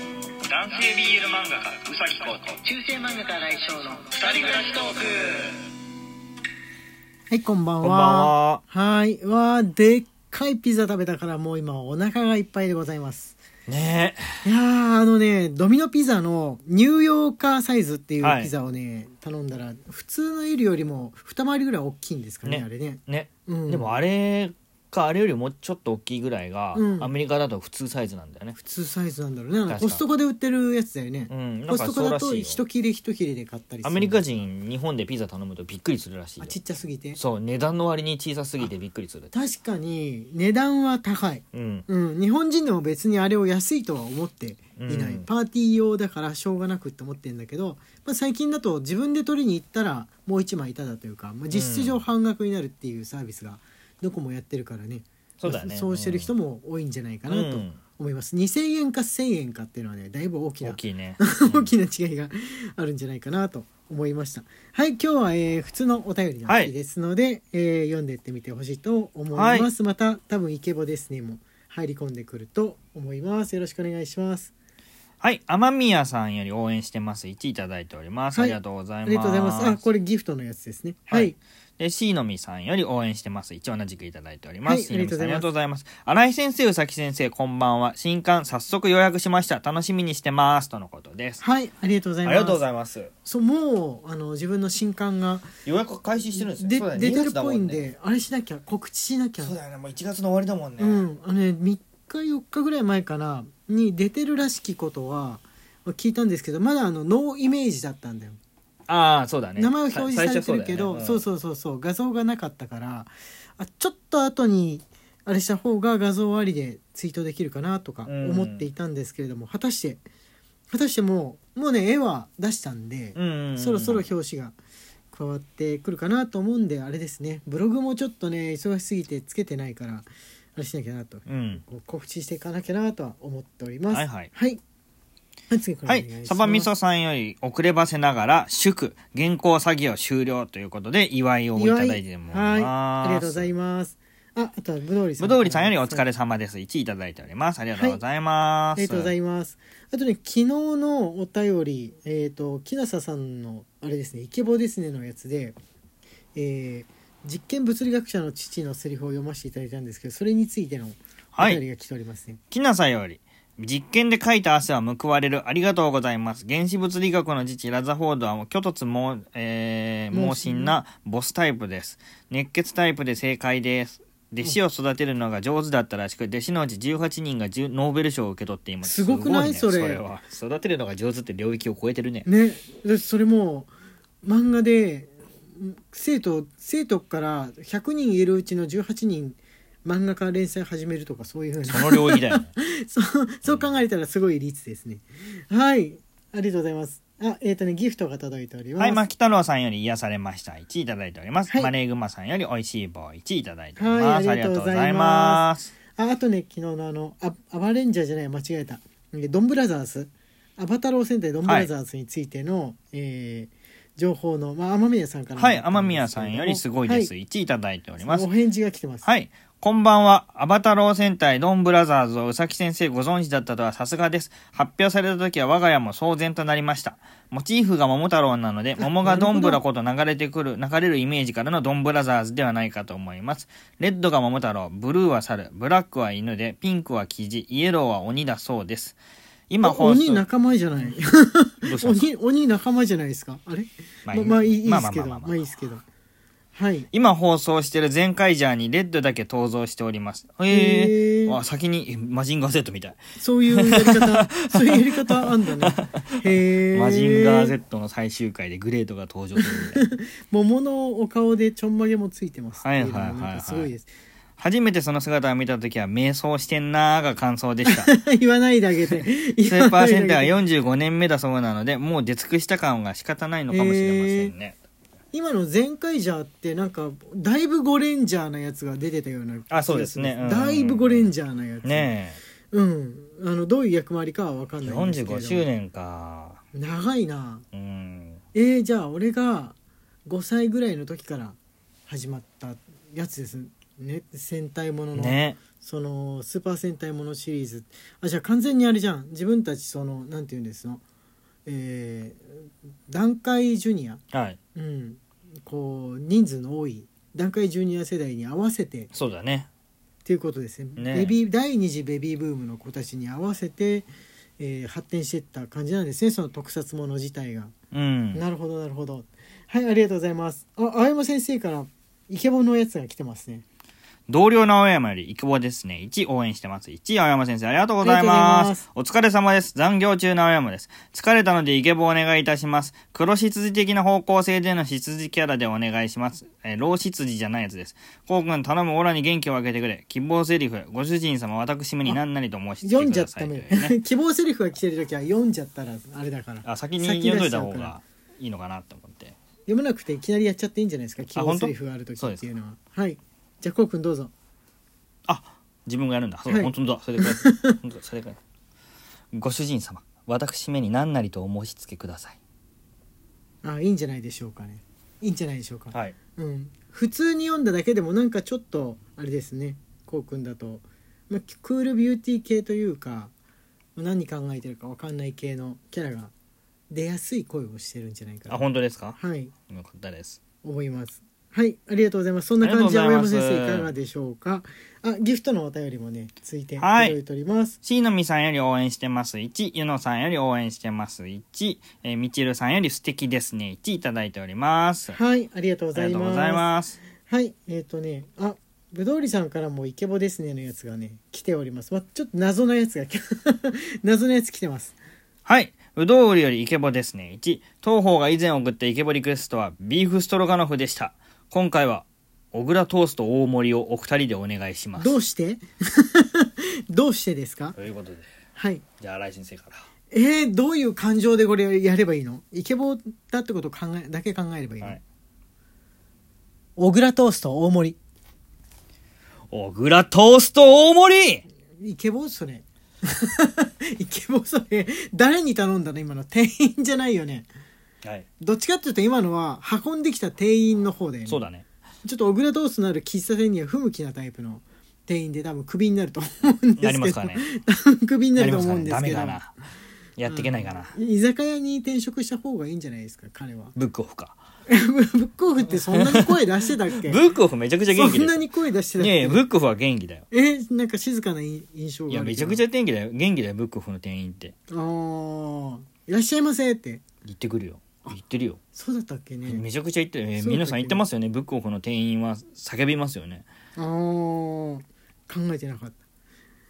探偵 BL 漫画家うさぎこと中世漫画家来翔の二人暮らしトークはいこんばんはこんばんははいわあでっかいピザ食べたからもう今お腹がいっぱいでございますねいやーあのねドミノピザのニューヨーカーサイズっていはういピザをね、頼んだら普通のよりよりも二回りぐらい大きいんですかねねあれねえね、うんでもあれかあれよりもちょっと大きいぐらいが、うんアメリカだと普通サイズなんだよね普通サイズなんだろうねあの確かコストコで売ってるやつだよね、うんなんコストかコそうだらしといよ一切れ一切れで買ったりすアるメリカ人日本でピザ頼むとびっくりするらしいよあちっちゃすぎてそう値段の割に小さすぎてびっくりする確かに値段は高いうんうん、日本人でも別にあれを安いとは思っていない、うんパーティー用だからしょうがなくって思ってるんだけど、まあ、最近だと自分で取りに行ったらもう一枚いただというか、まあ、実質上半額になるっていうサービスがどこもやってるからね,、そうだねそうしてる人もも多いんじゃないかなと思います、2,000円か1,000円かっていうのはねだいぶ大きな大きいね 大きな違いがあるんじゃないかなと思いましたはい今日は、えー普通のお便りのは日いですので、えー読んでいってみてほしいと思います、また多分イケボですねもう入り込んでくると思いますよろしくお願いしますはい天宮さんより応援してます1いただいております、はいありがとうございあますりがとうございますあこれギフトのやつですねははいい、で C のみさんより応援してます一応同じくいただいております、はい C のみさんあありりががととうございます新井先生宇崎先生こんばんは新刊早速予約しました楽しみにしてますとのことですはい、ありがとうござあいりますがとうございますそうもうあの自分の新刊が予約開始してるんですねでそうだね出てるっ2月だもぽいんねであれしなきゃ告知しなきゃそうだよねもう1月の終わりだもんね、うん、あのね3日4日ぐらい前かなに出てるらしきことはまあ聞いたんですけどまだあのノーイメージだったんだよ、ああそうだね名前は表示されてるけどそう,、うそうそうそう画像がなかったからあちょっと後にあれした方が画像ありでツイートできるかなとかうん思っていたんですけれども、果たして果たしてもうもうね絵は出したんで、だよね、うんうんうんそろそろ表紙が加わってくるかなと思うんであれですねブログもちょっとね忙しすぎてつけてないからあれしなきゃなとうん告知していかなきゃなとは思っております。はいはいはい。はい次これはお願い。しサますバミソさんより遅ればせながら、祝、原稿作業終了ということで、祝いをいただいてもはい。ありがとうございます。ます。あ、あとはぶどうりさん。ぶどうりさんよりお疲れ様です。1いただいております。ありがとうございまあす。りがとうございます。あとね、昨日のお便り、えっ、と、きなささんの、あれですね、イケボですねのやつで、えー実験物理学者の父のセリフを読ませていただいたんですけど、それについてのおはい便りが来ておりますね。きなさより、実験で書いた汗は報われる。ありがとうございます。原子物理学の父、ラザフォードは、虚突猛、えー猛進猛進なボスタイプです。熱血タイプで正解です。弟子を育てるのが上手だったらしく、弟子のうち18人が10ノーベル賞を受け取っています。すごくないすごねそれは。育てるのが上手って領域を超えてるね。ねでそれも漫画でん生徒生徒から100人いるうちの18人漫画家連載始めるとかそういうふうそなの領域 だよね。そうそう考えたらすごい率ですねはいありがとうございますあえっ、とねギフトが届いておりますはい、牧太郎さんより癒されました。1いただいております。はいマレーグマさんより美味しい棒1いただいておりはまいす。あありがりがととううごござざいいまます。ああとね昨日のあのあアバレンジャーじゃない間違えたえドンブラザーズアバタロー戦隊ドンブラザーズについての、えー情報の、まあ、天宮さんからはい、天宮さんよりすごいです。はい1いただいておりますお。返事が来てますはい。こんばんは。アバタロー戦隊ドンブラザーズをうさき先生ご存知だったとはさすがです。発表された時は我が家も騒然となりました。モチーフが桃太郎なので、桃がどんぶらこと流れてくる、流れるイメージからのドンブラザーズではないかと思います。レッドが桃太郎、ブルーは猿、ブラックは犬で、ピンクはキジ、イエローは鬼だそうです。今お放鬼送、ど仲間じゃない。うしたんですか鬼、鬼仲間じゃないですか。あれ。ままああ、まあ、いいいいまであますあけど、ままあまあまああ、いいですけど。はい。今放送してる全カイジャーにレッドだけ登場しております。へへえーあ、先にえマジンガー Z みたい。そういうやり 方、そういうやり方あんだね。へえ。マジンガー Z の最終回でグレートが登場するみたいな桃のお顔でちょんまげもついてます。はいはいはいはいなんかすごいです。 初めてその姿を見た時は迷走してんなーが感想でした言わ ないだけ で。スーパーセンターは言わないだけで45年目だそうなのでもう出尽くした感が仕方ないのかもしれませんね、今の全開ジャーって、なんか、だいぶゴレンジャーなやつが出てたような気がる。あそうですねうんだいぶゴレンジャーなやつ。ねうん。あの、どういう役回りかはわかえんないんですけれ45ど。周。年か長いな。うんえー、じゃあ俺が5歳ぐらいの時から始まったやつですね戦隊ものの、ねそのスーパー戦隊ものシリーズあじゃあ完全にあれじゃん自分たちそのなんて言うんですのえー、段階ジュニア、はいうん、こう人数の多い段階ジュニア世代に合わせてそうだねっていうことですねねベビー第二次ベビーブームの子たちに合わせて、えー発展していった感じなんですねその特撮もの自体が、うんなるほどなるほどはいありがとうございますあ青山先生からイケボのやつが来てますね同僚の青山よりイクボですね。1応援してます。1青山先生ありがとうござあいます。りがとうございますお疲れ様です。残業中の青山です。疲れたのでイケボお願いいたします。黒執事的な方向性での執事キャラでお願いします。えー、老執事じゃないやつです。こうくん頼むオラに元気をあげてくれ。希望セリフ、ご主人様私めに何なりと申して読んくじゃっださたいというねね。 希望セリフが来てる時は読んじゃったらあれだからあ先に読んどいた方先出しちゃうからがいいのかなと思って。読まなくていきなりやっちゃっていいんじゃないですか希望本セ当リフがある時っていうのははいじゃあこうくんどうぞあ自分がやるんだ。そうだ、はい本当 だ。それでください。本当だそれでくださいご主人様、私めに何なりとお申し付けください。あいいんじゃないでしょうかねいいんじゃないでしょうか、はい。うん、普通に読んだだけでもなんかちょっとあれですねこうくんだと、まあ、クールビューティー系というか何考えてるかわかんない系のキャラが出やすい声をしてるんじゃないかあ、な本当ですかはいよかったです。思いますはいありがとうございますそんな感じであ青りがとう山ござ先います生いかがでしょうかあギフトのお便りもねついてはい届いております椎のみさんより応援してます。1、ゆのさんより応援してます。1、えーみちるさんより素敵ですね。1いただいております。あはいありがとうござりいがとうまごすざいます。はいえっ、とねあぶどうりさんからもイケボですねのやつがね来ております、まあ、ちょっと謎なやつが 謎のやつ来てますはい。うどう売りよりイケボですね。1、当方が以前送ったイケボリクエストはビーフストロガノフでした。今回は、小倉トースト大盛りをお二人でお願いします。どうして どうしてですかということで、はいじゃあ新井先生から。えー、どういう感情でこれやればいいのイケボだってことを考えだけ考えればいいの、はい小倉トースト大盛小倉トースト大盛りりイケボそれ イケボそれ誰に頼んだの今の店員じゃないよねはい。どっちかっていうと今のは運んできた店員の方で、ね、そうだね。ちょっと小倉トーストのある喫茶店には不向きなタイプの店員で多分クビになると思うんですけどなりますかね。多分クビになやるとります思かうんですね。ダけメどかな。やっていけないかな。居酒屋に転職した方がいいんじゃないですか彼はブックオフか。ブックオフってそんなに声出してたっブけックオフめちゃくちゃ元気そだんなよ。に声出してたっいやいや、けブックオフは元気だよ。えなんか静かな印象がいあや、るめけちどゃくちゃ元気だよ。元気だよ、ブックオフの店員って。あーいらっしゃいませって言ってくるよ。言ってるよ。そうだったっけねめちゃくちゃ言ってる。えーそうだ皆さん言ってますよね。ブックオフの店員は叫びますよね。あー考えてなかった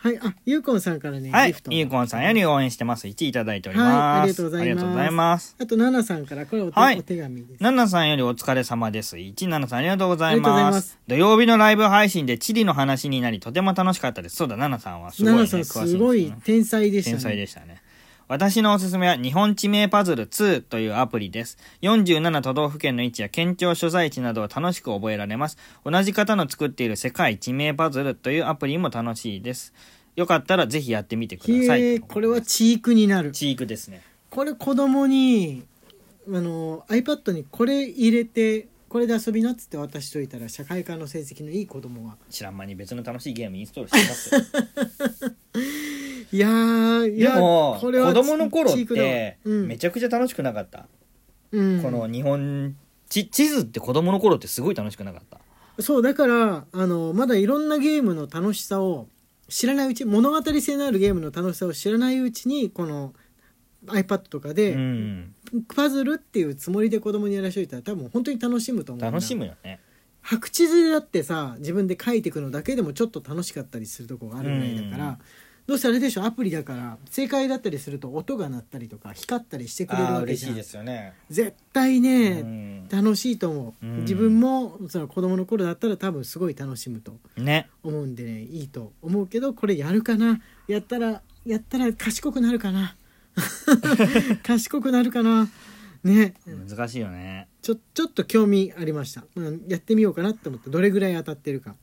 はいあゆうこんさんからねはいギフ。トイーコンさんより応援してます。1いただいておりはいます。ありがとうございますありがとうございます。あとナナさんからこれお,、はいお手紙ですナナさんよりお疲れ様です。1ナナさんありがとうございありがとうごまざいす。ます土曜日のライブ配信でチリの話になりとても楽しかったです。そうだ、ナナさんはすごい、奈ね。々さん詳しいんですよごねい天才でしたね天才でしたね。私のおすすめは日本地名パズル2というアプリです。47都道府県の位置や県庁所在地などを楽しく覚えられます。同じ方の作っている世界地名パズルというアプリも楽しいです。よかったらぜひやってみてください。へえこれはチークになるチークですね。これ子供にあの iPad にこれ入れてこれで遊びなっつって渡しといたら社会科の成績のいい子供が知らん間に別の楽しいゲームインストールしてますよ。いやー いでやもこ子れは供の頃っチークだわてうんめちゃくちゃ楽しくなかった、うんこの日本地地図って子供の頃ってすごい楽しくなかったそうだからあのまだいろんなゲームの楽しさを知らないうち物語性のあるゲームの楽しさを知らないうちにこの iPad とかで、うんパズルっていうつもりで子供にやらしといたら多分本当に楽しむと思うんだ楽しむよね白地図だってさ自分で書いていくのだけでもちょっと楽しかったりするとこがあるぐらいだから、うんどうせあれでしょアプリだから正解だったりすると音が鳴ったりとか光ったりしてくれるああわけ嬉じしゃいんですよね絶対うね、ん楽しいと思う、うん自分もその子供の頃だったら多分すごい楽しむとね思うんでねいいと思うけどこれやるかなやったらやったら賢くなるかな 賢くなるかなね難しいよねちょちょっと興味ありました、うん、やってみようかなって思ってどれぐらい当たってるか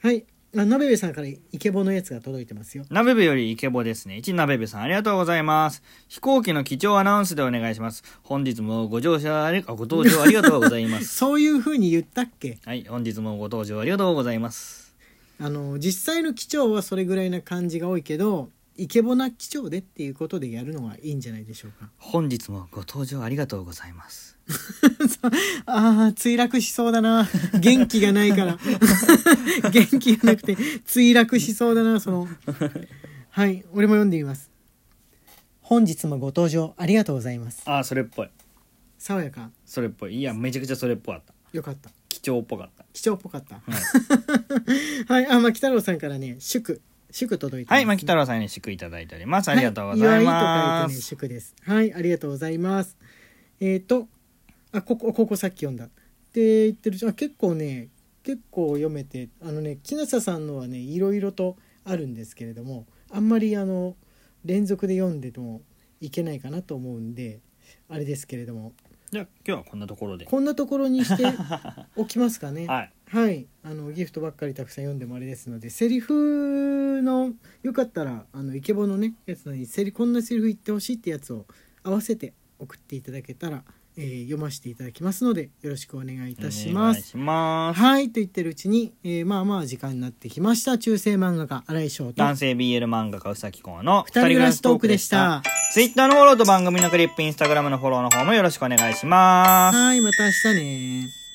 はいあのべべさんからイケボのやつが届いてますよなべべよりイケボですね。一なべべさん、ありがとうございます。飛行機の貴重アナウンスでお願いします。本日もご乗車あり、あご搭乗ありがとうござい ます。そういう風に言ったっけはい、本日もご搭乗ありがとうございます。あの実際の機長はそれぐらいな感じが多いけどイケボな機長でっていうことでやるのはいいんじゃないでしょうか本日もご搭乗ありがとうございます。あー墜落しそうだな 元気がないから 元気がなくて墜落しそうだなそのはい俺も読んでみます本日もご登場ありがとうございますああ、それっぽい。爽やかそれっぽい。いや、めちゃくちゃそれっぽかった。よかった貴重っぽかった。機長っぽかった はい、あ、牧太郎さんからね、祝、祝届いてますはい、牧太郎さんに祝いただいております。ありがとうごはざい祝まと書いてね、す。祝です。はい、ありがとうございます。えっ、と、あ、ここ、ここさっき読んだ。って言ってるじゃん、あ結構ね、結構読めて、あのね、木下さんのはね、いろいろとあるんですけれども、あんまりあの、連続で読んでもいけないかなと思うんで、あれですけれども、じゃあ、今日はこんなところで。こんなところに しておきますかね。はい。はい、あのギフトばっかりたくさん読んでもあれですのでセリフのよかったらあのイケボのねやつのにセリこんなセリフ言ってほしいってやつを合わせて送っていただけたら、えー読ませていただきますのでよろしくお願いいたしまお願いす。します。はいと言ってるうちに、えーまあまあ時間になってきました中世漫画家新井翔と男性 BL 漫画家うさきこうの二人暮らしトークでした。ツイッターのフォローと番組のクリップ、インスタグラムのフォローの方もよろしくお願いします。はいまた明日ね